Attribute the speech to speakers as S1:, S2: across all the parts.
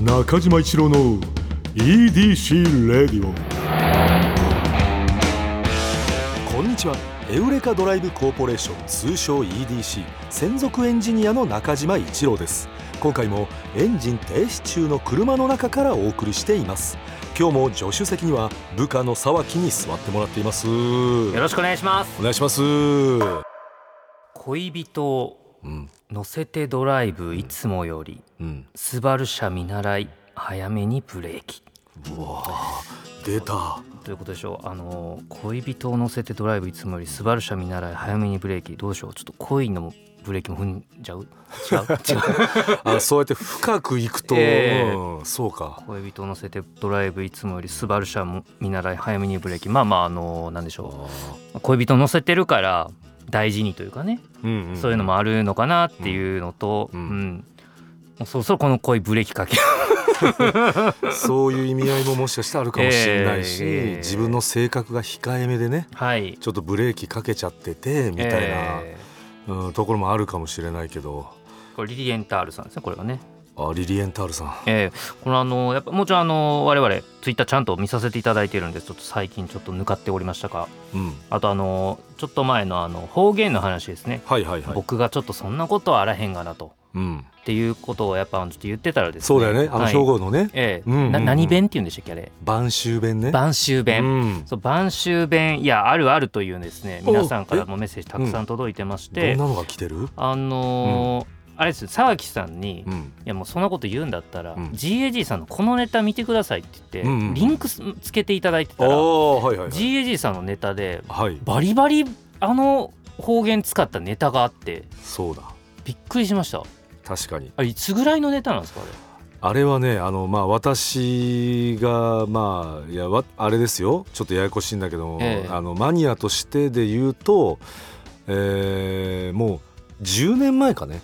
S1: 中島一郎の EDC レディオ
S2: こんにちはエウレカドライブコーポレーション通称 EDC 専属エンジニアの中島一郎です今回もエンジン停止中の車の中からお送りしています今日も助手席には部下の沢木に座ってもらっています
S3: よ
S2: お
S3: ろしくお願いします
S2: 願いしますうん
S3: 恋人を
S2: うん
S3: 乗せてドライブいつもよりスバル車見習い早めにブレーキ
S2: うわー出た
S3: ということでしょうあの恋人を乗せてドライブいつもよりスバル車見習い早めにブレーキどうしようちょっと恋のブレーキも踏んじゃ う違う違う
S2: あそうやって深くいくと、
S3: ええ
S2: うんそうか
S3: 恋人を乗せてドライブいつもよりスバル車も見習い早めにブレーキまあまああのなんでしょう恋人を乗せてるから大事にというかね
S2: うん
S3: そういうの
S2: も
S3: もあるのかなっていうのと、
S2: う
S3: うんんもうそろそろこの恋ブレーキかけ
S2: そういう意味合いももしかしたらあるかもしれないし、
S3: ええええ
S2: 自分の性格が控えめでね
S3: はい
S2: ちょっとブレーキかけちゃっててみたいな、
S3: え
S2: うん、ところもあるかもしれないけど
S3: ーこれリリエンタールさんですねこれはね、
S2: あリリエンタールさん
S3: えーこれあのやっぱもちろんあの我々ツイッターちゃんと見させていただいてるんですちょっと最近ちょっと抜かっておりましたが
S2: うん
S3: あとあのちょっと前のあの方言の話ですね、
S2: はいはいはい、
S3: 僕がちょっとそんなことはあらへんがなと
S2: うん、
S3: っていうことをやっぱちょっと言ってたらですね
S2: そうだよねあの
S3: はい
S2: 兵庫のね、
S3: ええ
S2: うんうんうん
S3: な何弁って言うんでしたっけあれ
S2: 晩秋弁ね
S3: 晩秋弁、
S2: うん、
S3: そう晩秋弁いやあるあるというですね
S2: お
S3: 皆さんからもメッセージたくさん届いてまし
S2: どん
S3: て、
S2: なのが来てる
S3: あのーあれですよ沢木さんに、
S2: う
S3: い
S2: ん
S3: やもうそんなこと言うんだったら、
S2: うん
S3: GAG さんのこのネタ見てくださいって言って、
S2: うんうん
S3: リンクすつけていただいて
S2: あ
S3: たら
S2: あはいはいはい、
S3: GAG さんのネタで
S2: はい、
S3: バリバリあの方言使ったネタがあって
S2: そうだ
S3: びっくりしました
S2: 確かに
S3: あれいつぐらいのネタなんですかあれ
S2: あれはねあのまあ私がまあいやわあれですよちょっとややこしいんだけども、
S3: ええ
S2: あのマニアとしてで言うと、えーもう10年前かね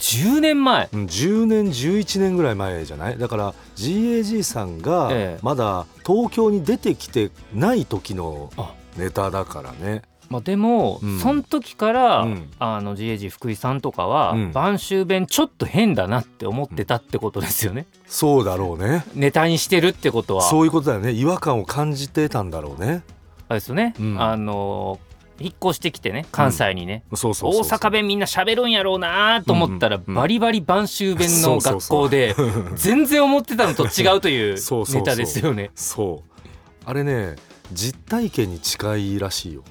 S3: 10年前
S2: うん10年11年ぐらい前じゃないだから GAG さんが
S3: ええ
S2: まだ東京に出てきてない時の
S3: あ
S2: ネタだからね、
S3: まあ、でも、
S2: うん
S3: その時から、
S2: うん
S3: あの GAG 福井さんとかは、
S2: うん
S3: 晩秋弁ちょっと変だなって思ってたってことですよね、
S2: そうだろうね
S3: ネタにしてるってことは
S2: そういうことだよね違和感を感じてたんだろうね
S3: あれですよね、
S2: うん
S3: あの引っ越してきてね関西にね、
S2: そうそうそうそう
S3: 大阪弁みんな喋るんやろうなと思ったら、
S2: うんうん
S3: バリバリ晩秋弁の学校で全然思ってたのと違うという
S2: そうそうそう
S3: ネタですよね。
S2: そうあれね実体験に近いらしいよ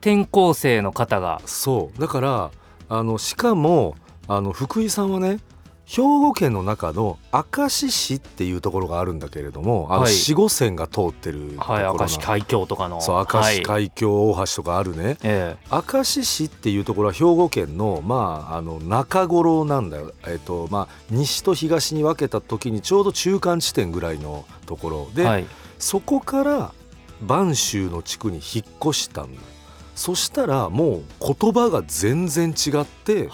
S3: 転校生の方が
S2: そうだからあのしかもあの福井さんはね兵庫県の中の明石市っていうところがあるんだけれども、あの
S3: はい
S2: 四五線が通ってるとこ
S3: は
S2: ろ
S3: い
S2: な
S3: 明石海峡とかの
S2: そう明石
S3: はい
S2: 海峡大橋とかあるね、
S3: え
S2: 明石市っていうところは兵庫県の,、まあ、あの中頃なんだよ、えっとまあ、西と東に分けた時にちょうど中間地点ぐらいのところ
S3: え
S2: で、
S3: はい
S2: そこから播州の地区に引っ越したんだそしたらもう言葉が全然違って、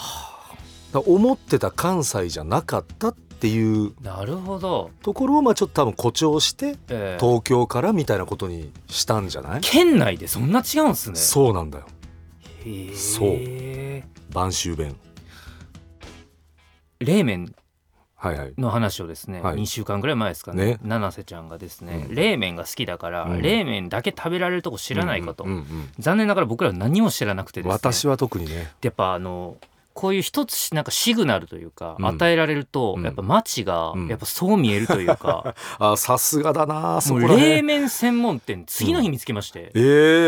S2: だ思ってた関西じゃなかったっていう
S3: なるほど、
S2: ところをまあちょっと多分誇張して
S3: ええ
S2: 東京からみたいなことにしたんじゃない、
S3: 県内でそんな違うんすね
S2: そうなんだよ
S3: へえ
S2: そう播州弁
S3: 冷麺
S2: はいはい
S3: の話をですね、
S2: はい
S3: 2週間ぐらい前ですかね
S2: ね
S3: 七瀬ちゃんがですね、
S2: うん
S3: 冷麺が好きだから、
S2: うん
S3: 冷麺だけ食べられるとこ知らないかと、
S2: うんうんうん
S3: 残念ながら僕らは何も知らなくてですね
S2: 私は特にね
S3: やっぱあのこういう一つしなんかシグナルというか、
S2: うん
S3: 与えられると、
S2: うん
S3: やっぱ街が
S2: うん
S3: やっぱそう見えるという か、
S2: あさすがだなそこ
S3: も
S2: ら
S3: う冷
S2: ね
S3: 麺専門店次の日見つけまして、
S2: え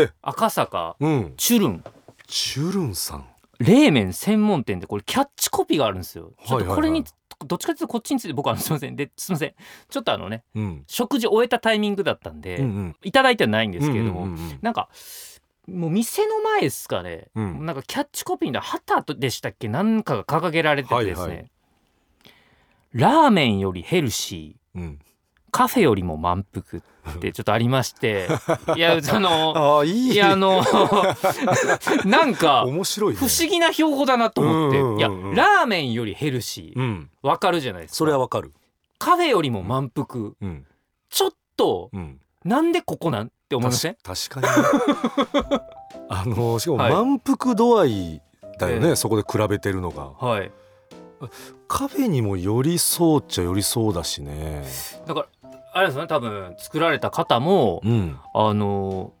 S2: え
S3: 赤坂
S2: うん
S3: チュルン
S2: チュルンさん
S3: 冷麺専門店でこれキャッチコピーがあるんですよ。ちょ
S2: は
S3: っ
S2: いはいはい
S3: とこれに、どっちかというとこっちについて僕はあのすみませんですみませんちょっとあのね
S2: うん
S3: 食事終えたタイミングだったんで、
S2: うんうん
S3: いただいてはないんですけれども、
S2: うんうんうん
S3: なんかもう店の前ですかね、
S2: うん
S3: なんかキャッチコピーの旗でしたっけなんかが掲げられててですね、
S2: はいはい
S3: ラーメンよりヘルシー
S2: うん
S3: カフェよりも満腹ってちょっとありまして いやあの
S2: ああいい
S3: いやあのなんか
S2: 面白い、ね、
S3: 不思議な標語だなと思って、
S2: うんうんうんうん
S3: いやラーメンよりヘルシー
S2: うん、
S3: わかるじゃないですか
S2: それはわかる。
S3: カフェよりも満腹
S2: うん、
S3: ちょっと
S2: うん、
S3: なんでここなんって思いません
S2: 確か に。あの、しかも
S3: はい
S2: 満腹度合いだよね、
S3: え
S2: そこで比べてるのが。
S3: はい
S2: カフェにも寄りそうっちゃ寄りそうだしね
S3: だからあれですよね多分作られた方も
S2: うん
S3: あの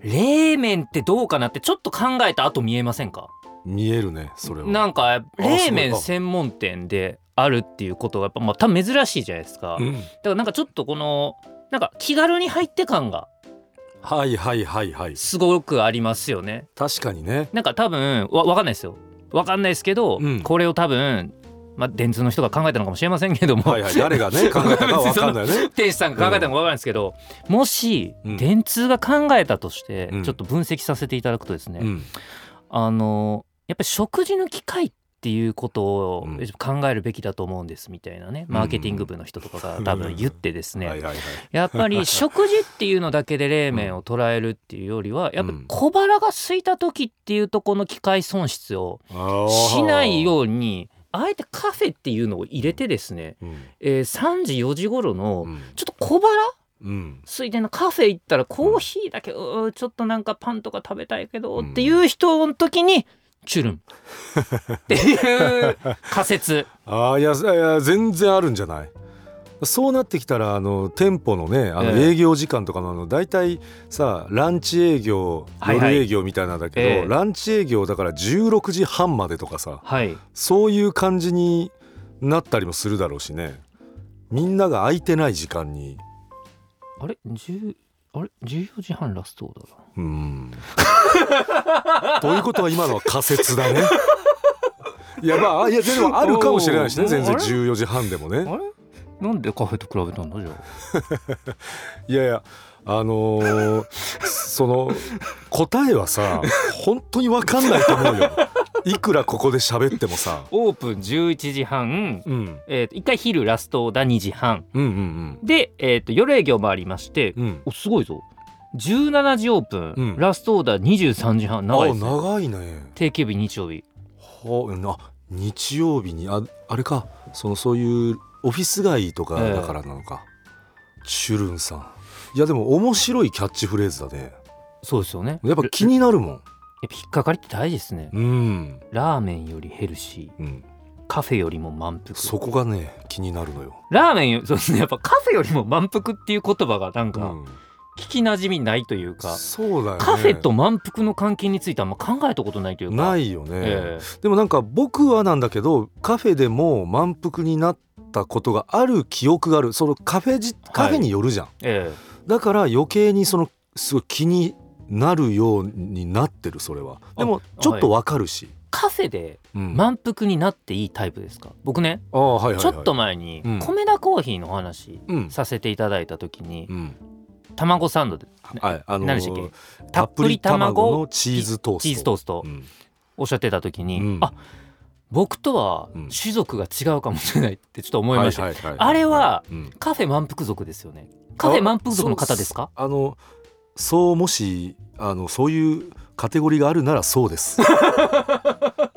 S3: 冷麺ってどうかなってちょっと考えた後見えませんか
S2: 見えるねそれは
S3: なんか冷
S2: そう
S3: 麺
S2: か
S3: 専門店であるっていうことがやっぱまあ多分珍しいじゃないですか、
S2: う
S3: だか
S2: ん
S3: らなんかちょっとこのなんか気軽に入って感が
S2: はいはいはいはい
S3: すごくありますよね
S2: 確かにね
S3: なんか多分わわかんないですよわかんないですけど、
S2: うん
S3: これを多分まあ電通の人が考えたのかもしれませんけども、
S2: はいはい誰が ね考えたかわかんないね
S3: 店主さんが考えたのかわからないですけど、もし
S2: うん
S3: 電通が考えたとして、
S2: うん
S3: ちょっと分析させていただくとですね、
S2: うん
S3: あのやっぱり食事の機会っていうことを
S2: うん
S3: 考えるべきだと思うんですみたいなね、マーケティング部の人とかが多分言ってですね、
S2: はいはいはい
S3: やっぱ り食事っていうのだけで冷麺を捉えるっていうよりはやっぱ
S2: うん
S3: 小腹が空いた時っていうとこの機会損失を
S2: あー
S3: しないようにあえてカフェっていうのを入れてですね、
S2: うん
S3: えー3時4時頃の
S2: うん
S3: ちょっと小腹
S2: うん
S3: 空いてんなカフェ行ったらコーヒーだけ、うーちょっとなんかパンとか食べたいけどっていう人の時にチュ ルンっていう仮説
S2: あーいやいや全然あるんじゃないそうなってきたらあの店舗のねあの
S3: ええ
S2: 営業時間とかのあの大体さランチ営業
S3: はいは
S2: 夜
S3: い
S2: 営業みたいなんだけど、
S3: ええ
S2: ランチ営業だから16時半までとかさ
S3: はい
S2: そういう感じになったりもするだろうしねみんなが空いてない時間に
S3: あれ10あれ14時半ラストだ
S2: うんということは今のは仮説だね いやまあいやでもあるかもしれないしね
S3: おー
S2: 全然
S3: あれ
S2: 14時半でもね
S3: あれなんでカフェと比べたんだじゃ
S2: いやいやあのーその答えはさ本当に分かんないと思うよいくらここで喋ってもさ、
S3: オープン11時半、
S2: うん、
S3: えー、と一回昼ラストだ2時半
S2: うんうん
S3: で、えー、と夜営業もありまして、
S2: うんうん
S3: おすごいぞ17時オープン、
S2: うん
S3: ラストオーダー23時半長いです、
S2: あ
S3: ね、
S2: 長いね
S3: 定休日日曜日
S2: はあ日曜日にああれかそのそういうオフィス街とか
S3: ええ
S2: だからなのか、チュルンさんいやでも面白いキャッチフレーズだね
S3: そうですよね
S2: やっぱ気になるもん
S3: やっぱ引っかかりって大事ですね
S2: うん、
S3: ラーメンよりヘルシ
S2: う
S3: ー
S2: ん、
S3: カフェよりも満腹
S2: そこがね気になるのよ、
S3: ラーメンよそう ですねやっぱカフェよりも満腹っていう言葉がなん
S2: う
S3: か
S2: ん、
S3: 聞きなじみないというか、
S2: そうだよね
S3: カフェと満腹の関係についてあんま考えたことないというか
S2: ないよね、
S3: ええ
S2: でもなんか僕はなんだけどカフェでも満腹になったことがある記憶があるそのカフェじカフェによるじゃん、
S3: え
S2: だから余計にそのすごい気になるようになってるそれはでも
S3: あ
S2: ちょっとわかるし、
S3: えカフェで
S2: うん
S3: 満腹になっていいタイプですか僕ね
S2: ああはいはい、はい、
S3: ちょっと前に
S2: うん
S3: 米田コーヒーのお話
S2: うん、
S3: させていただいた時に
S2: うん、
S3: 卵サンドで
S2: はいあのー
S3: 何でしたっけ
S2: たっぷり卵のチーズトースト
S3: チーズトースト
S2: うん
S3: おっしゃってた時に、
S2: うん
S3: あ僕とは
S2: うん
S3: 種族が違うかもしれないってちょっと思いました、
S2: はいはいはいい
S3: あれは
S2: うん
S3: カフェ満腹族ですよねカフェ満腹族の方ですか
S2: あのそうもしあのそういうカテゴリーがあるならそうです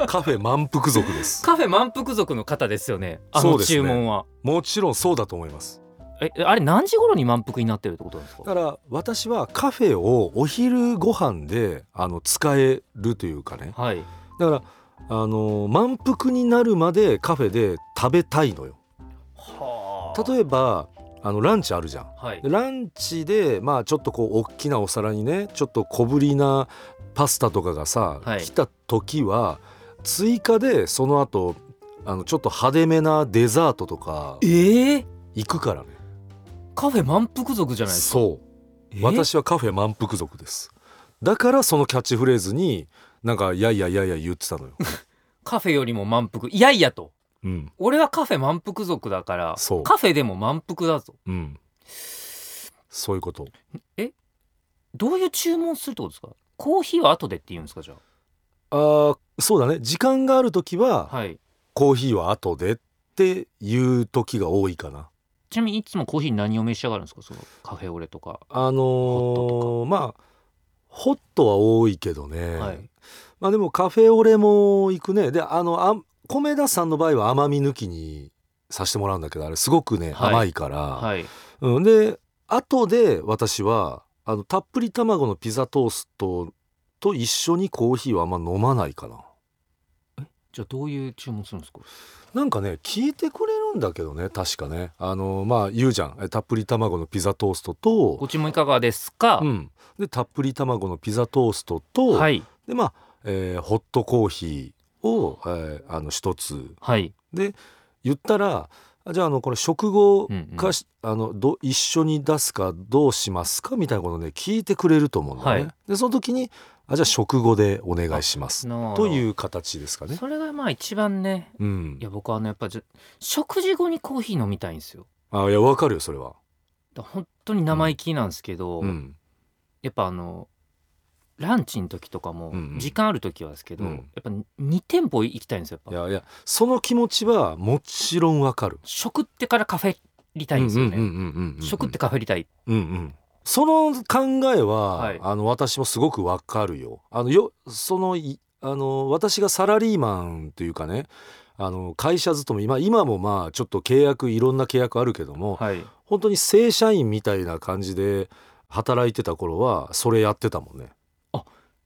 S2: カフェ満腹族です
S3: カフェ満腹族の方ですよねあ
S2: そう
S3: の
S2: ですね
S3: 注文は、
S2: もちろんそうだと思います
S3: えあれ何時頃に満腹になってるってことなんですか
S2: だから私はカフェをお昼ご飯であの使えるというかね
S3: はい
S2: だからあの満腹になるまでカフェで食べたいのよ
S3: は
S2: 例えばあのランチあるじゃん
S3: はい
S2: でランチでまあちょっとこう大きなお皿にねちょっと小ぶりなパスタとかがさ、
S3: はい
S2: 来た時は追加でその後あのちょっと派手めなデザートとか
S3: ええ
S2: 行くからね
S3: カフェ満腹族じゃないですか
S2: そう
S3: え
S2: 私はカフェ満腹族ですだからそのキャッチフレーズになんか「いやいやいやいや」言ってた のよ、
S3: カフェよりも満腹いやいやと
S2: うん
S3: 俺はカフェ満腹族だから
S2: そう
S3: カフェでも満腹だぞ
S2: うん、そういうこと
S3: どういう注文するってことですかコーヒーは後でって言うんですかじゃ
S2: あーそうだね時間がある時は、
S3: あはい
S2: コーヒーは後でっていう時が多いかな
S3: ちなみにいつもコーヒー何を召し上がるんですかそのカフェオレとか、
S2: あのーまあホットは多いけどね、
S3: はい
S2: まあでもカフェオレも行くねであのあ米田さんの場合は甘み抜きにさせてもらうんだけどあれすごくね、
S3: はい
S2: 甘いから、
S3: はい
S2: うん、で後で私はあのたっぷり卵のピザトーストと一緒にコーヒーはあんま飲まないかな
S3: じゃあどういう注文するんですか
S2: なんかね聞いてくれるんだけどね確かねあのまあ言うじゃんえたっぷり卵のピザトーストと
S3: ご、注文いかがですか、
S2: うん、でたっぷり卵のピザトーストと、
S3: はい
S2: でまあ、えーホットコーヒーを、えーあの一つ
S3: はい
S2: で言ったらあじゃああのこれ食後
S3: うんうん
S2: かし、あのど一緒に出すかどうしますかみたいなことをね聞いてくれると思うんだよね。
S3: はい
S2: でその時にあじゃあ食後でお願いしますというう形ですかね。
S3: それがまあ一番ね
S2: うん
S3: いや、僕はあのやっぱじゅ食事後にコーヒー飲みたいんですよ
S2: あいやわかるよそれは。
S3: だから本当に生意気なんですけど、
S2: うん
S3: やっぱあのランチの時とか
S2: う
S3: も
S2: んうん
S3: 時間ある時はですけど、
S2: うん
S3: やっぱ2店舗行きたいんですよ
S2: い
S3: やっぱ
S2: やいやその気持ちはもちろんわかる。
S3: 食ってからカフェりたいんですよね、
S2: うんうんうんうんうん
S3: 食ってカフェりたい
S2: うんうん、その考えは、
S3: はい
S2: あの私もすごくわかるよ。あのよそのいあの私がサラリーマンというかねあの会社勤め今今もまあちょっと契約いろんな契約あるけども、
S3: はい
S2: 本当に正社員みたいな感じで働いてた頃はそれやってたもんね。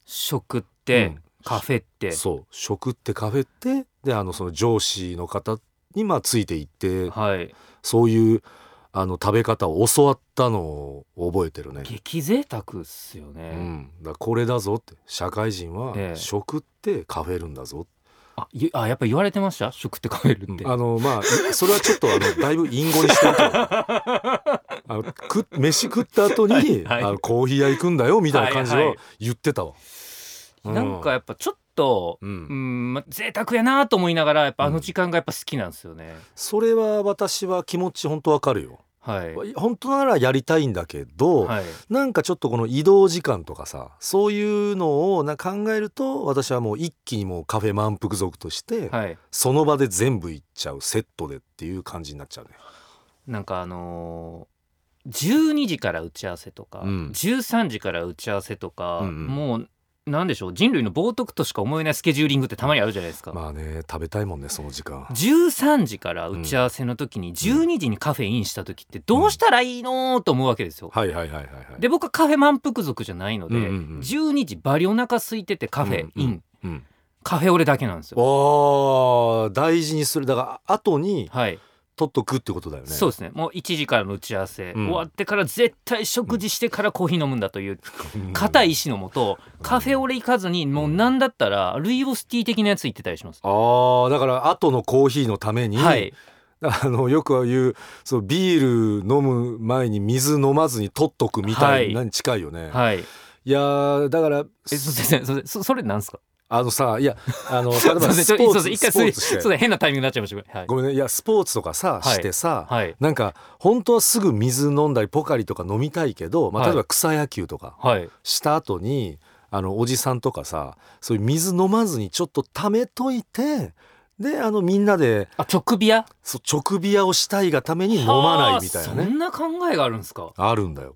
S3: 食って、
S2: うん
S3: カフェって
S2: そう食ってカフェってであのその上司の方にまあついていって
S3: はい
S2: そういうあの食べ方を教わったのを覚えてるね。
S3: 激贅沢っすよね、
S2: うん、だからこれだぞって社会人
S3: え
S2: は
S3: え
S2: 食ってカフェるんだぞ、
S3: あゆあやっぱ言われてました食ってカフェるって、
S2: あのまあいそれはちょっとあ のだいぶ隠語にしてるけどあのく飯食った後に、
S3: はいはい
S2: あのコーヒー屋行くんだよみたいな感じ
S3: はいは
S2: はい言ってたわ、うん
S3: なんかやっぱちょっと
S2: うん
S3: うん、まあ、贅沢やなと思いながらやっぱあ
S2: う
S3: の
S2: ん
S3: 時間がやっぱ好きなんですよね、
S2: それは私は気持ち本当わかるよ
S3: はい
S2: 本当ならやりたいんだけど、
S3: はい
S2: なんかちょっとこの移動時間とかさそういうのをな考えると私はもう一気にもうカフェ満腹族として、
S3: はい
S2: その場で全部行っちゃうセットでっていう感じになっちゃうね
S3: なんかあのー、12時から打ち合わせとか、
S2: うん
S3: 13時から打ち合わせとか、
S2: うんうん
S3: もうなんでしょう人類の冒涜としか思えないスケジューリングってたまにあるじゃないですか、
S2: まあね食べたいもんねその時間
S3: 13時から打ち合わせの時に12時にカフェインした時ってどうしたらいいのと思うわけですよ。
S2: はいはいはいはいはい
S3: で僕はカフェ満腹族じゃないので、
S2: うんうんうん
S3: 12時バリお腹空いててカフェイン、
S2: うんうん
S3: カフェオレだけなんですよ。
S2: おー大事にするだから後に
S3: はい、
S2: 取っとくってことだよね
S3: そうですねもう1時からの打ち合わせ、
S2: うん
S3: 終わってから絶対食事してからコーヒー飲むんだという
S2: うん
S3: 硬い意志のもとカフェオレ行かずにもう何だったらルイボスティー的なやつ行ってたりします。
S2: あーだから後のコーヒーのために、
S3: はい、
S2: あのよく言うそうビール飲む前に水飲まずに取っとくみたいなに近いよね、
S3: はい、え
S2: い、やーだから
S3: そう先生そそそれなんですか
S2: あのさいやあの例え
S3: すい
S2: ば
S3: ませんち
S2: ス
S3: ょ
S2: ポー
S3: すい
S2: ツス
S3: ません一
S2: ポ
S3: 回
S2: ー
S3: す
S2: ツ
S3: い
S2: して
S3: そうだ変なタイミングになっちゃいましたごめんはい
S2: ごめんねいやスポーツとかさ
S3: はい
S2: してさ、
S3: はい
S2: なんか本当はすぐ水飲んだりポカリとか飲みたいけど、まあ、
S3: はい
S2: 例えば草野球とか
S3: はい
S2: した後に、あのおじさんとかさそういう水飲まずにちょっと溜めといてであのみんなで
S3: あ直火屋
S2: そう直火屋をしたいがために飲まないみたい
S3: はあ
S2: な
S3: そ
S2: ね
S3: んな考えがあるんですか
S2: あるんだよ。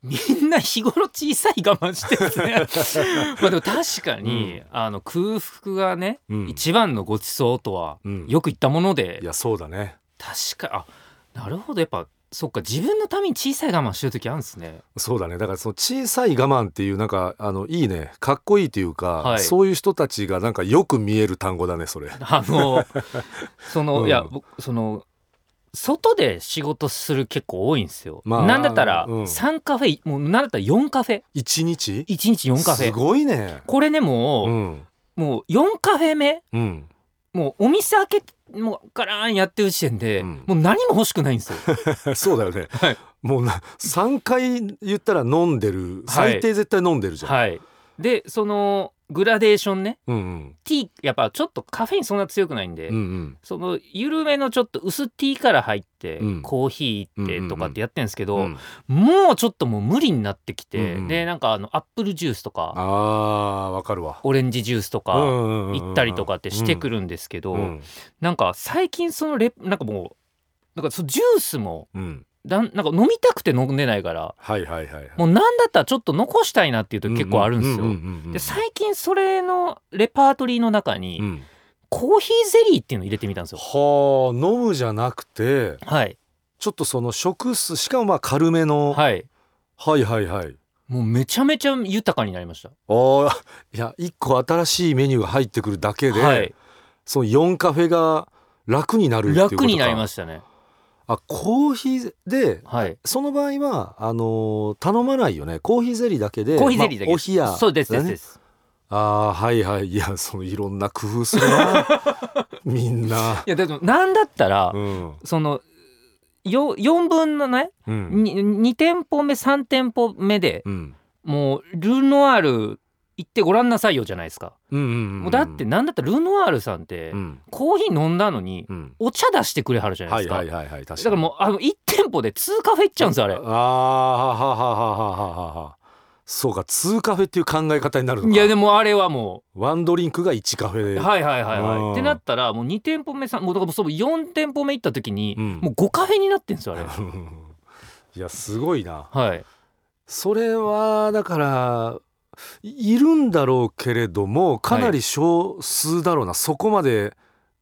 S3: みんな日頃小さい我慢してるん ですねまあでも確かに、あの空腹がね、
S2: うん
S3: 一番のごちそうとは
S2: うん
S3: よく言ったもので、
S2: いやそうだね
S3: 確かあなるほどやっぱそっか自分のために小さい我慢してる時あるんですね
S2: そうだねだからその小さい我慢っていうなんかあのいいねかっこいいというか、
S3: はい
S2: そういう人たちがなんかよく見える単語だねそれ。
S3: あ のその、
S2: うん
S3: いや僕その外で仕事する結構多いんですよ、
S2: まあ
S3: なんだったら
S2: うん
S3: 3カフェ、もうなんだったら4カフェ
S2: 一日
S3: 1日4カフ
S2: す
S3: ェ
S2: ごいね。
S3: これねもう、
S2: うん
S3: もう4カフェ目
S2: うん、
S3: もうお店開けもうガラーンやってる時点で、
S2: うん
S3: もう何も欲しくないんですよ
S2: そうだよね、
S3: はい
S2: もうな3回言ったら飲んでる
S3: はい
S2: 最低絶対飲んでるじゃん、
S3: はいでそのグラデーションね
S2: うんうん
S3: ティーやっぱちょっとカフェインそんな強くないんで、
S2: うんうん
S3: その緩めのちょっと薄ティーから入って、
S2: うん
S3: コーヒー行ってとかってやってるんですけど、
S2: うん
S3: もうちょっともう無理になってきて、
S2: うんうん
S3: でなんかあのアップルジュースとか
S2: あーわかるわ
S3: オレンジジュースとか行
S2: 行
S3: ったりとかってしてく
S2: る
S3: るんですけ
S2: と
S3: ど、なんか最近そのレなんかもうなんかそのジュースも
S2: うん
S3: だんなんか飲みたくて飲んでないから
S2: はいはいはいはい
S3: もうなんだったらちょっと残したいなっていう時結構あるんですよ。
S2: ううんうん
S3: で最近それのレパートリーの中に、
S2: うん
S3: コーヒーゼリーっていうのを入れてみたんですよ。
S2: はあ飲むじゃなくて
S3: はい
S2: ちょっとその食すしかもまあ軽めの、
S3: はい
S2: はい、はいはい
S3: もうめちゃめちゃ豊かになりました。
S2: ああいや一個新しいメニューが入ってくるだけで、
S3: はい
S2: その4カフェが楽になるっていうことか
S3: 楽になりましたね
S2: あコーヒーで
S3: はい
S2: その場合はあのー頼まないよねコーヒーゼリーだけで
S3: コーヒーゼリーだけ
S2: まあお冷やだね、
S3: そうですですです
S2: ああはいはいいやそのいろんな工夫する なみんない
S3: やでもなんだったら、
S2: うん
S3: そのよ4分のね、
S2: うん
S3: に2店舗目3店舗目で
S2: うん
S3: もうルノアール行ってごらんなさいよじゃないですか、
S2: うんうん
S3: もうだってなんだったらルノアールさんって、
S2: うん
S3: コーヒー飲んだのに
S2: うん
S3: お茶出してくれはるじゃない
S2: は
S3: で
S2: い
S3: すか、
S2: はいはいはい確かに
S3: だからもうあの1店舗で2カフェ行っちゃうんですよあれ
S2: あーははははははははそうか2カフェっていう考え方になるのか
S3: いやでもあれはも
S2: ワンドリンクが1カフェ
S3: う
S2: で、
S3: はいはいはい
S2: あ
S3: は
S2: ー
S3: いってなったらもう2店舗目さんもうだからもうその4店舗目行った時に、
S2: うん
S3: もう5カフェになってんですよあれ
S2: いやすごいな
S3: はい
S2: それはだからいいるんだろうけれどもかなり少数だろうな、そこまで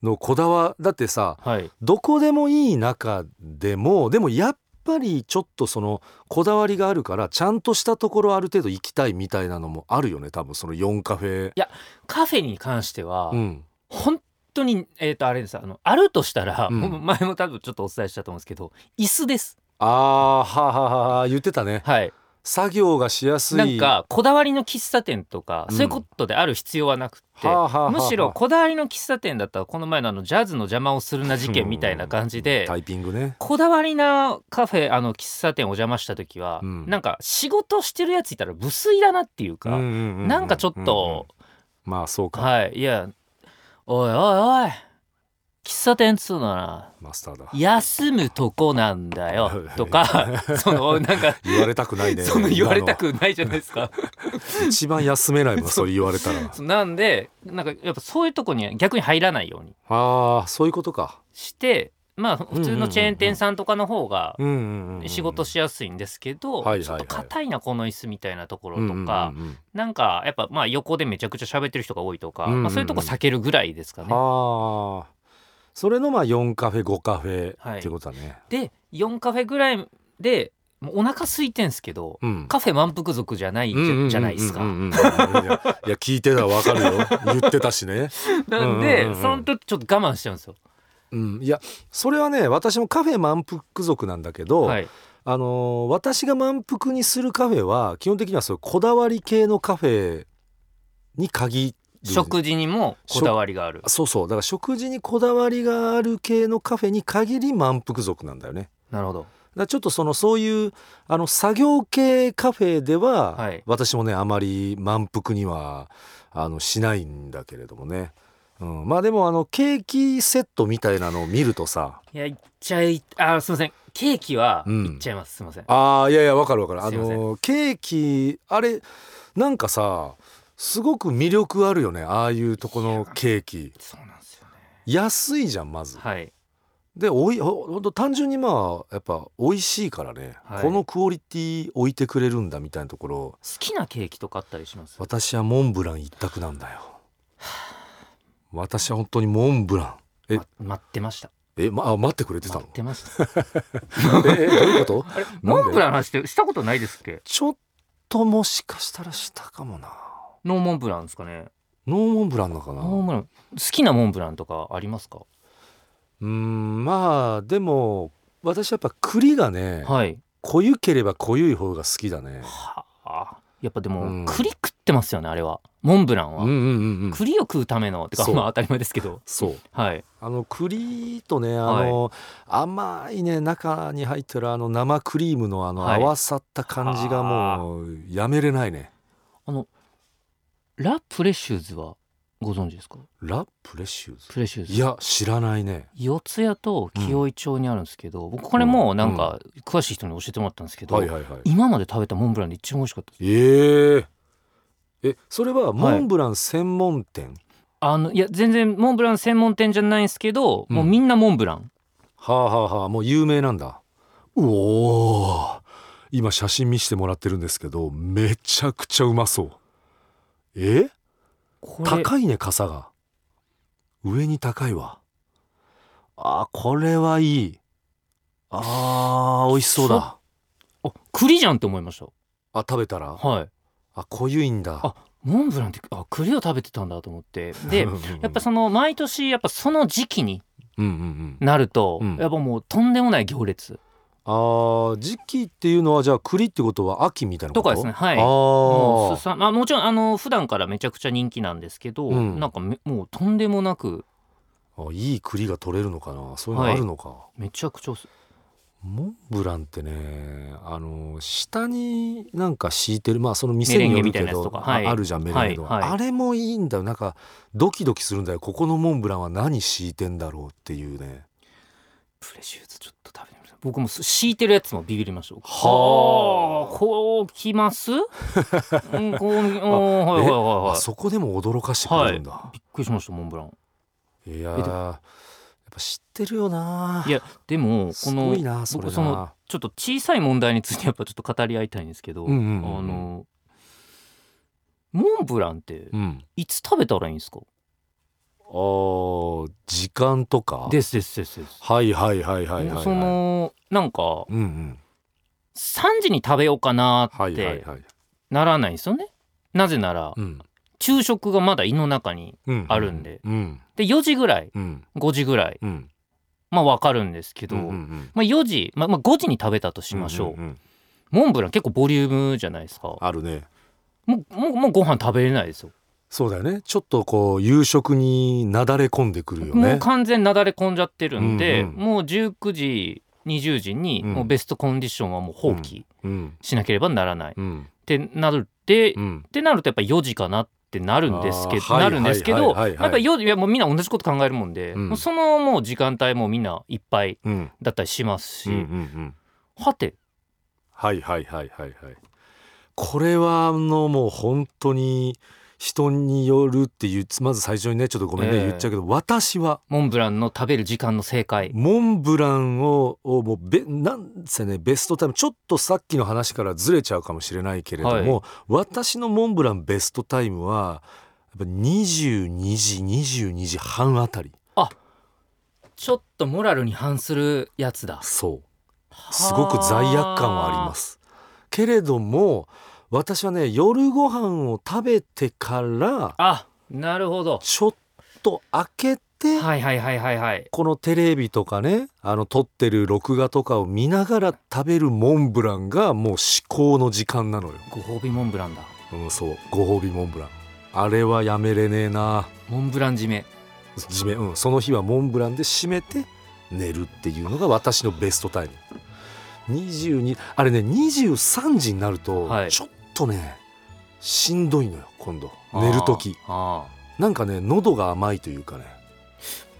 S2: のこだわだってさ
S3: はい
S2: どこでもいい中でもでもやっぱりちょっとそのこだわりがあるからちゃんとしたところある程度行きたいみたいなのもあるよね多分その4カフェ。
S3: カフェに関しては、
S2: うん
S3: 本当にえっ、とあれですあのあるとしたら、
S2: うん
S3: もう前も多分ちょっとお伝えしたと思うんですけど椅子です
S2: あーはあはあはあ言ってたね
S3: はい
S2: 作業がしやすい
S3: なんかこだわりの喫茶店とか、
S2: うん
S3: そういうことである必要はなくって、
S2: はあはあはあ
S3: むしろこだわりの喫茶店だったらこの前のあのジャズの邪魔をするな事件みたいな感じで、
S2: うんタイピングね
S3: こだわりなカフェあの喫茶店お邪魔した時は、
S2: うん
S3: なんか仕事してるやついたら無粋だなっていうか、なんかちょっと、
S2: まあそうか、
S3: はいいやおいおいおい喫茶店っつうのはな
S2: マスターだ
S3: 休むとこなん だよとかそのなんか
S2: 言われたくないね
S3: その言われたくないじゃないですか。
S2: 今の一番休め ないもんそれ言われたら
S3: そうなんでなんかやっぱそういうとこには逆に入らないように
S2: ああそういうことか
S3: してまあ普通のチェーン店さんとかの方が
S2: うんうんうんうん
S3: 仕事しやすいんですけど、
S2: はいはいはい
S3: ちょっと硬いなこの椅子みたいなところと
S2: う
S3: か、
S2: んうんうんうん
S3: なんかやっぱまあ横でめちゃくちゃ喋ってる人が多いとか、
S2: うんうんうん
S3: まあ、そういうとこ避けるぐらいですかね。
S2: ああそれのまあ4カフェ5カフ
S3: は
S2: ェ
S3: い
S2: ってことだね、
S3: で4カフェぐらいでもうお腹空いてんすけど、
S2: うん
S3: カフェ満腹族じゃないじゃ,、じゃないですか。
S2: うんうんうんうんうんいやいや聞いてたらわかるよ言ってたしね
S3: なんで、
S2: うんうんうんうん
S3: その時ちょっと我慢しちゃうんですよ。
S2: うんいやそれはね私もカフェ満腹族なんだけど、
S3: はい、
S2: あのー私が満腹にするカフェは基本的にはそういうこだわり系のカフェに限る
S3: 食事にもこだわりがある。
S2: そうそうだから食事にこだわりがある系のカフェに限り満腹族なんだよね
S3: なるほど。
S2: だからちょっとそのそういうあの作業系カフェでは、
S3: はい
S2: 私もねあまり満腹にはあのしないんだけれどもね、うん、まあでもあのケーキセットみたいなのを見るとさ
S3: いやいっちゃいあすいませんケーキは
S2: うん
S3: いっちゃいます、すいません。
S2: ああいやいやわかるわかるあ
S3: すいません
S2: のケーキあれなんかさすごく魅力あるよねああいうとこのケーキ
S3: そうなんですよね。
S2: 安いじゃんまず
S3: はい
S2: でおいほほんと単純にまあやっぱ美味しいからね、
S3: はい
S2: このクオリティ置いてくれるんだみたいなところ
S3: 好きなケーキとかあったりします。
S2: 私はモンブラン一択なんだよ私は本当にモンブランえ
S3: ま待ってました。
S2: え、ま、あ待ってくれてた
S3: 待
S2: の
S3: ってました。
S2: ええどういうこと
S3: モン
S2: ン
S3: ブランの話ってしたことないですっけ？
S2: ちょっともしかしたらしたかもな
S3: ノーモンブランですかね。
S2: ノーモンブランなのかな
S3: ノーモンブラン好きなモンブランとかありますか？
S2: うーんまあでも私やっぱ栗がね、
S3: はい。
S2: 濃ゆければ濃ゆい方が好きだね
S3: はあ。やっぱでも、
S2: うん
S3: 栗食ってますよねあれは。モンブランは。
S2: うんうんうんうん
S3: 栗を食うためのてか
S2: そう
S3: まあ当たり前ですけど。
S2: そう
S3: はい。
S2: あの栗とねあの、甘いね中に入ってるあの生クリームのあの
S3: はい
S2: 合わさった感じがもうやめれないね、
S3: ラプレシューズはご存知ですか？
S2: ラ・プレシューズ
S3: プレシューズ。
S2: いや知らないね
S3: 四谷と紀尾井町にあるんですけど、僕これもなんか詳しい人に教えてもらったんですけど、
S2: はいはいはい
S3: 今まで食べたモンブランで一番美味しかったです
S2: えーえそれはモンブラン専門店、
S3: あのいや全然モンブラン専門店じゃないんですけど、
S2: うん
S3: もうみんなモンブラン
S2: はあはあはあもう有名なんだうおー今写真見してもらってるんですけどめちゃくちゃうまそうえ
S3: これ
S2: 高いね傘が上に高いわあーこれはいいあー美味しそうだ
S3: あ栗じゃんって思いまし
S2: あ食べたら
S3: たはい
S2: あ濃ゆいんだ
S3: あモンブランってあ栗を食べてたんだと思ってでやっぱその毎年やっぱその時期に
S2: うんうんうん
S3: なると、
S2: うん
S3: やっぱもうとんでもない行列
S2: あー時期っていうのはじゃあ栗ってことは秋みたいなこと
S3: とかですねはい
S2: あ
S3: もう
S2: ー
S3: すさまあ、もちろんあの普段からめちゃくちゃ人気なんですけど、
S2: うん
S3: なんかめもうとんでもなく
S2: あいい栗が取れるのかなそういうのあるのか、
S3: めちゃくちゃおす
S2: モンブランってねあの下になんか敷いてるまあその店
S3: メレ
S2: に
S3: ンゲ
S2: よる
S3: みた
S2: け
S3: いなやつと
S2: ど
S3: か
S2: あ
S3: はい
S2: あるじゃんメレンゲの、
S3: はいはい
S2: あれもいいんだよなんかドキドキするんだよここのモンブランは何敷いてんだろうっていうね
S3: プレシューズちょっと食べてみました僕もす敷いてるやつもビビりましたは
S2: はあ
S3: こうきますうんこ ううんはいはいはい
S2: あ
S3: はい
S2: そこでも驚かしてくれるんだ、
S3: びっくりしましたモンブラン
S2: い、やー
S3: えでも
S2: やっぱ知ってるよない
S3: やでもこ
S2: す
S3: の
S2: ごいなそれ
S3: 僕
S2: な
S3: そのちょっと小さい問題についてやっぱちょっと語り合いたいんですけど、
S2: うんうんうんうん
S3: あのモンブランって
S2: うん
S3: いつ食べたらいいんですか、
S2: あー時間とか
S3: ですですですです、
S2: はいはいはいはいはい、はい、
S3: そのなんか
S2: うんうん
S3: 3時に食べようかな
S2: はいは
S3: っ
S2: い
S3: て
S2: はい
S3: ならないんですよね、なぜなら
S2: うん
S3: 昼食がまだ胃の中に
S2: うん
S3: あるんで
S2: うん
S3: で4時ぐらい
S2: うん
S3: 5時ぐらい
S2: うん
S3: まあわかるんですけど、
S2: うんうんうん
S3: まあ、4時、まあ、まあ5時に食べたとしましょう,、
S2: んんん
S3: モンブラン結構ボリュームじゃないですかも
S2: あるね
S3: うもうもうご飯食べれないですよ
S2: そうだよねちょっとこう夕食になだれ込んでくるよ
S3: もう
S2: ね
S3: 完全なだれ込んじゃってるんで、
S2: うんうん
S3: もう19時20時に
S2: うん
S3: もうベストコンディションはもう放棄
S2: うん
S3: しなければならない、っ
S2: うん
S3: てなるで、
S2: う
S3: っ
S2: ん
S3: てなるとやっぱ4時かなってなるんですけ
S2: あ
S3: ど、
S2: ーはい
S3: なるんですけ
S2: はいは
S3: ど、
S2: いはいはい
S3: やっぱ4時いやもうみんな同じこと考えるもんで、
S2: うん
S3: もうそのもう時間帯もみんないっぱい
S2: うんうん
S3: だったりしますし、
S2: うんうん
S3: はて
S2: はいはいはいはいはいこれはあのもう本当に人によるっていうまず最初にねちょっとごめんね、
S3: ええ
S2: 言っちゃうけど私は
S3: モンブランの食べる時間の正解
S2: モンブランををもうべなんせねベストタイムちょっとさっきの話からずれちゃうかもしれないけれども、私のモンブランベストタイムはやっぱ22時22時半あたり
S3: ちょっとモラルに反するやつだ
S2: そうすごく罪悪感はありますけれども私はね夜ご飯を食べてから
S3: あなるほど
S2: ちょっと開けて、
S3: はいはいはいはいはい
S2: このテレビとかねあの撮ってる録画とかを見ながら食べるモンブランがもう至高の時間なのよ、
S3: ご褒美モンブランだ
S2: うん、そうご褒美モンブランあれはやめれねえな
S3: モンブラン締め
S2: 締め、うん、その日はモンブランで締めて寝るっていうのが私のベストタイム22あれね23時になると
S3: はい
S2: ちょっとね、しんどいのよ今度寝る時
S3: あーあ
S2: なんかね喉が甘いというかね、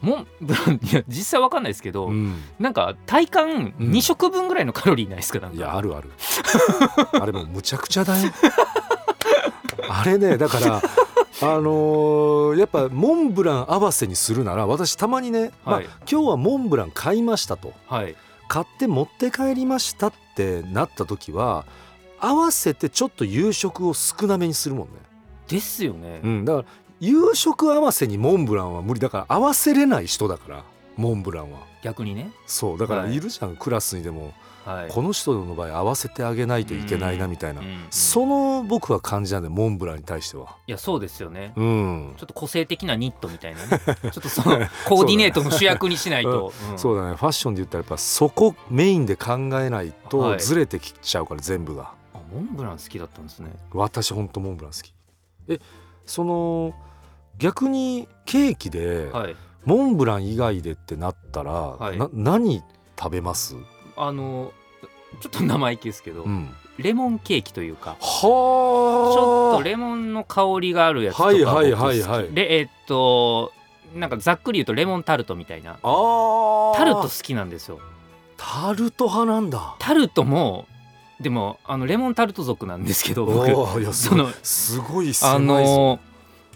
S3: ーモンブラン いや実際わかんないですけど、
S2: うん、
S3: なんか体感
S2: うん
S3: 2食分ぐらいのカロリーないですかなんか
S2: いやあるあるあれもうむちゃくちゃだよあれねだからあのーやっぱモンブラン合わせにするなら私たまにね、
S3: はい
S2: まあ、今日はモンブラン買いましたと
S3: はい
S2: 買って持って帰りましたってなった時は合わせてちょっと夕食を少なめにするもんね、
S3: ですよね、
S2: うん、だから夕食合わせにモンブランは無理だから合わせれない人だからモンブランは
S3: 逆にね
S2: そうだから
S3: はい
S2: いるじゃん、クラスにでも
S3: はい
S2: この人の場合合わせてあげないといけないなみたいな、
S3: うん
S2: その僕は感じなんでモンブランに対してはい
S3: やそうですよね、
S2: うん、
S3: ちょっと個性的なニットみた いなねちょっとそのコーディネートの主役にしないと、うん
S2: そうだねファッションで言ったらやっぱそこメインで考えない
S3: は
S2: と
S3: い
S2: ずれてきちゃうから全部が
S3: あモンブラン好きだったんですね
S2: 私ほんとモンブラン好きえその逆にケーキで
S3: はい
S2: モンブラン以外でってなったら、
S3: い
S2: な何食べます、
S3: あのちょっと生意気ですけど、
S2: うん、
S3: レモンケーキというか
S2: はあ
S3: ちょっとレモンの香りがあるやつとか僕好き、
S2: はいはいはいはい
S3: でえっとなんかざっくり言うとレモンタルトみたいな
S2: あー
S3: タルト好きなんですよ
S2: タルト派なんだ
S3: タルトもでもあのレモンタルト族なんですけど僕
S2: おーいや
S3: そ の
S2: すごい狭
S3: あ
S2: いぞ
S3: の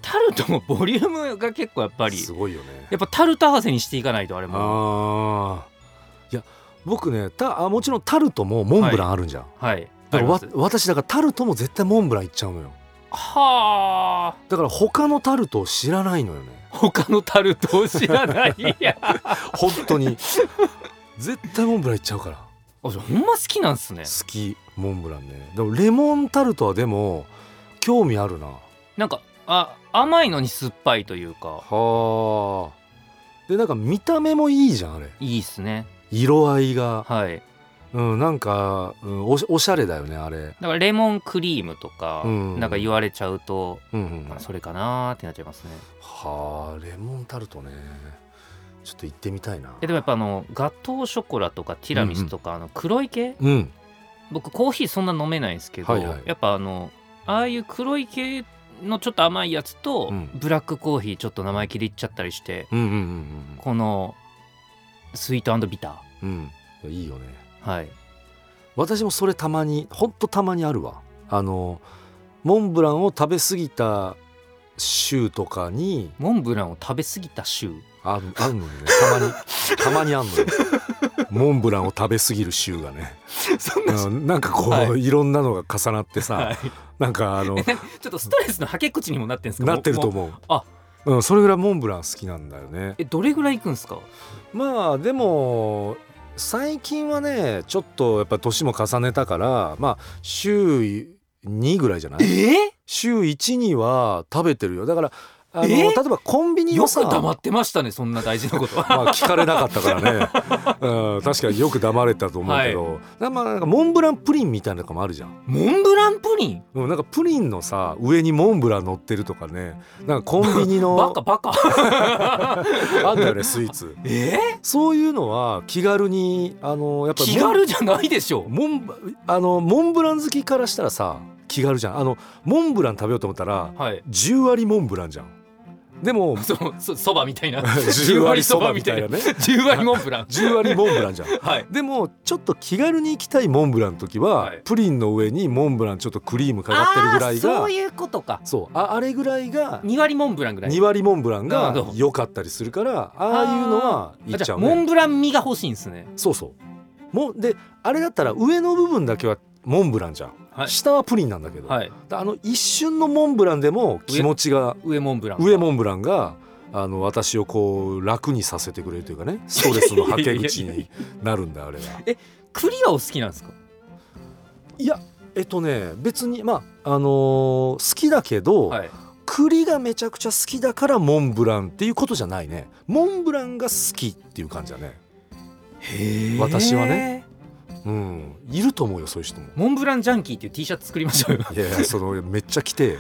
S3: タルトもボリュームが結構やっぱり
S2: すごいよね
S3: やっぱタルト合わせにしていかないとあれも
S2: あーいや僕ねたあもちろんタルトもモンブランあるんじゃん、
S3: はい
S2: だからわ
S3: あります
S2: 私だからタルトも絶対モンブランいっちゃうのよ
S3: はあ
S2: だから他のタルトを知らないの よね
S3: 他のタルトを知らないい やあ
S2: 本当に 絶対モンブランいっちゃうから
S3: じゃあほんま好きなんすね
S2: 好きモンブランねでもレモンタルトはでも興味あるな
S3: なんかあ甘いのに酸っぱいというか
S2: はあでなんか見た目もいいじゃんあれ
S3: いいっすね
S2: 色合いが、
S3: はい
S2: うん、なんか、うん、おしおしゃれだよねあれ、
S3: だからレモンクリームとか、
S2: うん
S3: なんか言われちゃうと、
S2: うんうん、
S3: あそれかなーってなっちゃいますね
S2: はあレモンタルトねちょっと行ってみたいな
S3: えでもやっぱあのガトーショコラとかティラミスとか、あの黒い系
S2: うん
S3: 僕コーヒーそんな飲めないんですけど、
S2: はいはい
S3: やっぱあのああいう黒い系のちょっと甘いやつと、
S2: うん
S3: ブラックコーヒーちょっと名前切りいっちゃったりして
S2: うんうん
S3: このスイートビタ
S2: うんうんうんいいよね
S3: ーはい
S2: 私もそれたまにほんとたまにあるわあのモンブランを食べ過ぎた週とかに
S3: モンブランを食べ過ぎた週
S2: あるあるのよねた まにたまにあるのよモンブランを食べ過ぎる週がね、
S3: そん
S2: うん、なんかこう、、
S3: はい
S2: ろんなのが重なってさ、
S3: はい、
S2: なんかあの
S3: ちょっとストレスのはけ口にもなってんですか
S2: なってると
S3: もうもう
S2: 思う
S3: あ
S2: うん、それぐらいモンブラン好きなんだよね
S3: えどれぐらいいくんですか
S2: まあでも最近はねちょっとやっぱ年も重ねたからまあ週2ぐらいじゃない
S3: え
S2: 週1には食べてるよだからあの
S3: え
S2: 例えばコンビニ
S3: よ
S2: の
S3: く
S2: さ
S3: 黙ってましたねそんな大事なこと は
S2: まあ聞かれなかったからね、 うん、確かによく黙れたと思うけど、なまあなんかモンブランプリンみたいなのとかもあるじゃん、
S3: モンブランプリン
S2: うん、なんかプリンのさ上にモンブラン乗ってるとかねなんかコンビニの
S3: バカバ カ
S2: あんだよねスイーツ
S3: え
S2: そういうのは気軽にあのやっぱり
S3: 気軽じゃないでしょ
S2: モンあのモンブラン好きからしたらさ気軽じゃんあのモンブラン食べようと思ったら
S3: はい
S2: 10割モンブランじゃんで も
S3: そのそそばみた いな
S2: 10割そばみたいな ね
S3: 10割モンブラン
S2: 10割モンブランじゃん
S3: はい
S2: でもちょっと気軽に行きたいモンブランの時は、
S3: はい
S2: プリンの上にモンブランちょっとクリームかかってるぐらい
S3: あー
S2: が
S3: そういうことか
S2: そうああれぐらいが
S3: 2割モンブランぐらい
S2: 2割モンブラン
S3: な
S2: が
S3: るほど
S2: 良かったりするからああいうのは行
S3: あ
S2: っ
S3: じ
S2: ち
S3: ゃ
S2: ゃ
S3: あ
S2: う
S3: モン
S2: ね
S3: ブラン味が欲しいんですね
S2: そうそうもうであれだったら上の部分だけはモンブランじゃん、
S3: はい
S2: 下はプリンなんだけど、
S3: はい
S2: だあの一瞬のモンブランでも気持ちが
S3: 上モンブラン
S2: 上モンブランがあの私をこう楽にさせてくれるというかねストレスのはけ口になるんだあれは。
S3: 栗はお好きなんですか
S2: いや えっとね別にまああのー好きだけど、
S3: はい
S2: 栗がめちゃくちゃ好きだからモンブランっていうことじゃないねモンブランが好きっていう感じだね。私はねうんいると思うよそういう人も。
S3: モンブランジャンキーっていう T シャツ作りましょうよ
S2: いやいやそのめっちゃ来て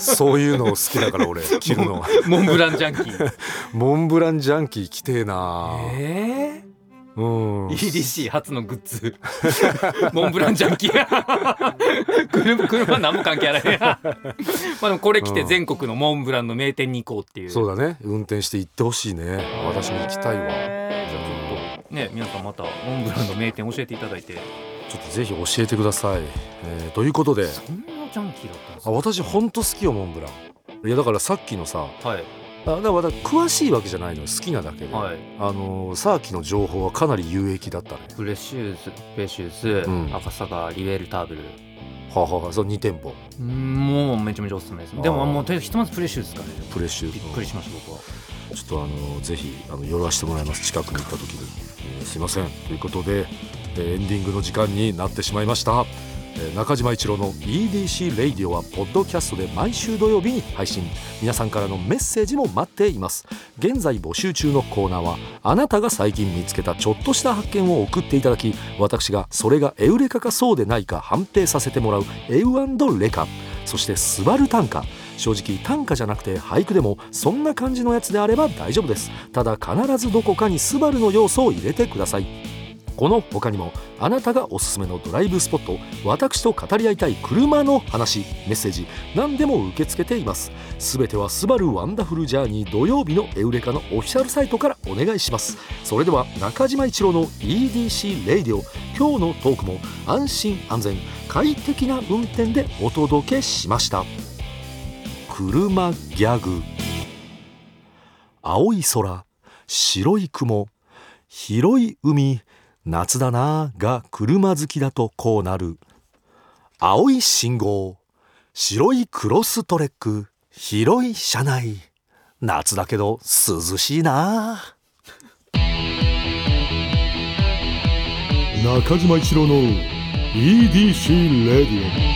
S2: そういうの好きだから俺着る の
S3: モンブランジャンキー
S2: モンブランジャンキー着てえな
S3: えー
S2: うん
S3: EDC 初のグッズ モンブランジャンキー 車車何も関係ない まあでもこれ来て全国のモンブランの名店に行こうっていう
S2: そうだね運転して行ってほしいね私も行きたいわ
S3: えーじゃあちょっとね皆さんまたモンブランの名店教えていただいて
S2: ちょっとぜひ教えてください、えーということで
S3: そんなジャンキーだったん
S2: あ
S3: ですか
S2: 私ほんと好きよモンブランいやだからさっきのさ
S3: はい
S2: あだから私詳しいわけじゃないのよ好きなだけで、
S3: はい
S2: あのーさっきの情報はかなり有益だったね
S3: ブレシューズブレシュー
S2: う
S3: ズ、
S2: ん
S3: 赤坂リベルターブル
S2: はあはあはあそう2店舗
S3: うんもうめちゃめちゃおすすめですでも
S2: あー
S3: もうとりあえずひとまずプレシューズですかね
S2: プレッシュ
S3: びっくりしました僕は
S2: うんちょっとあのーぜひあの寄らせてもらいます近くに行った時に、えーすいませんということで、えーエンディングの時間になってしまいました、えー中島一郎の EDC レイディオはポッドキャストで毎週土曜日に配信皆さんからのメッセージも待っています現在募集中のコーナーはあなたが最近見つけたちょっとした発見を送っていただき私がそれがエウレカかそうでないか判定させてもらうエウレカそしてスバル短歌正直短歌じゃなくて俳句でもそんな感じのやつであれば大丈夫ですただ必ずどこかにスバルの要素を入れてくださいこの他にもあなたがおすすめのドライブスポット私と語り合いたい車の話メッセージ何でも受け付けていますすべては「スバルワンダフルジャーニー土曜日のエウレカのオフィシャルサイトからお願いしますそれでは中島一郎の EDC レイディオ今日のトークも安心安全快適な運転でお届けしました車ギャグ青い空白い雲広い海夏だなあが車好きだとこうなる青い信号白いクロストレック広い車内夏だけど涼しいなあ
S1: 中島一郎の EDC レディオ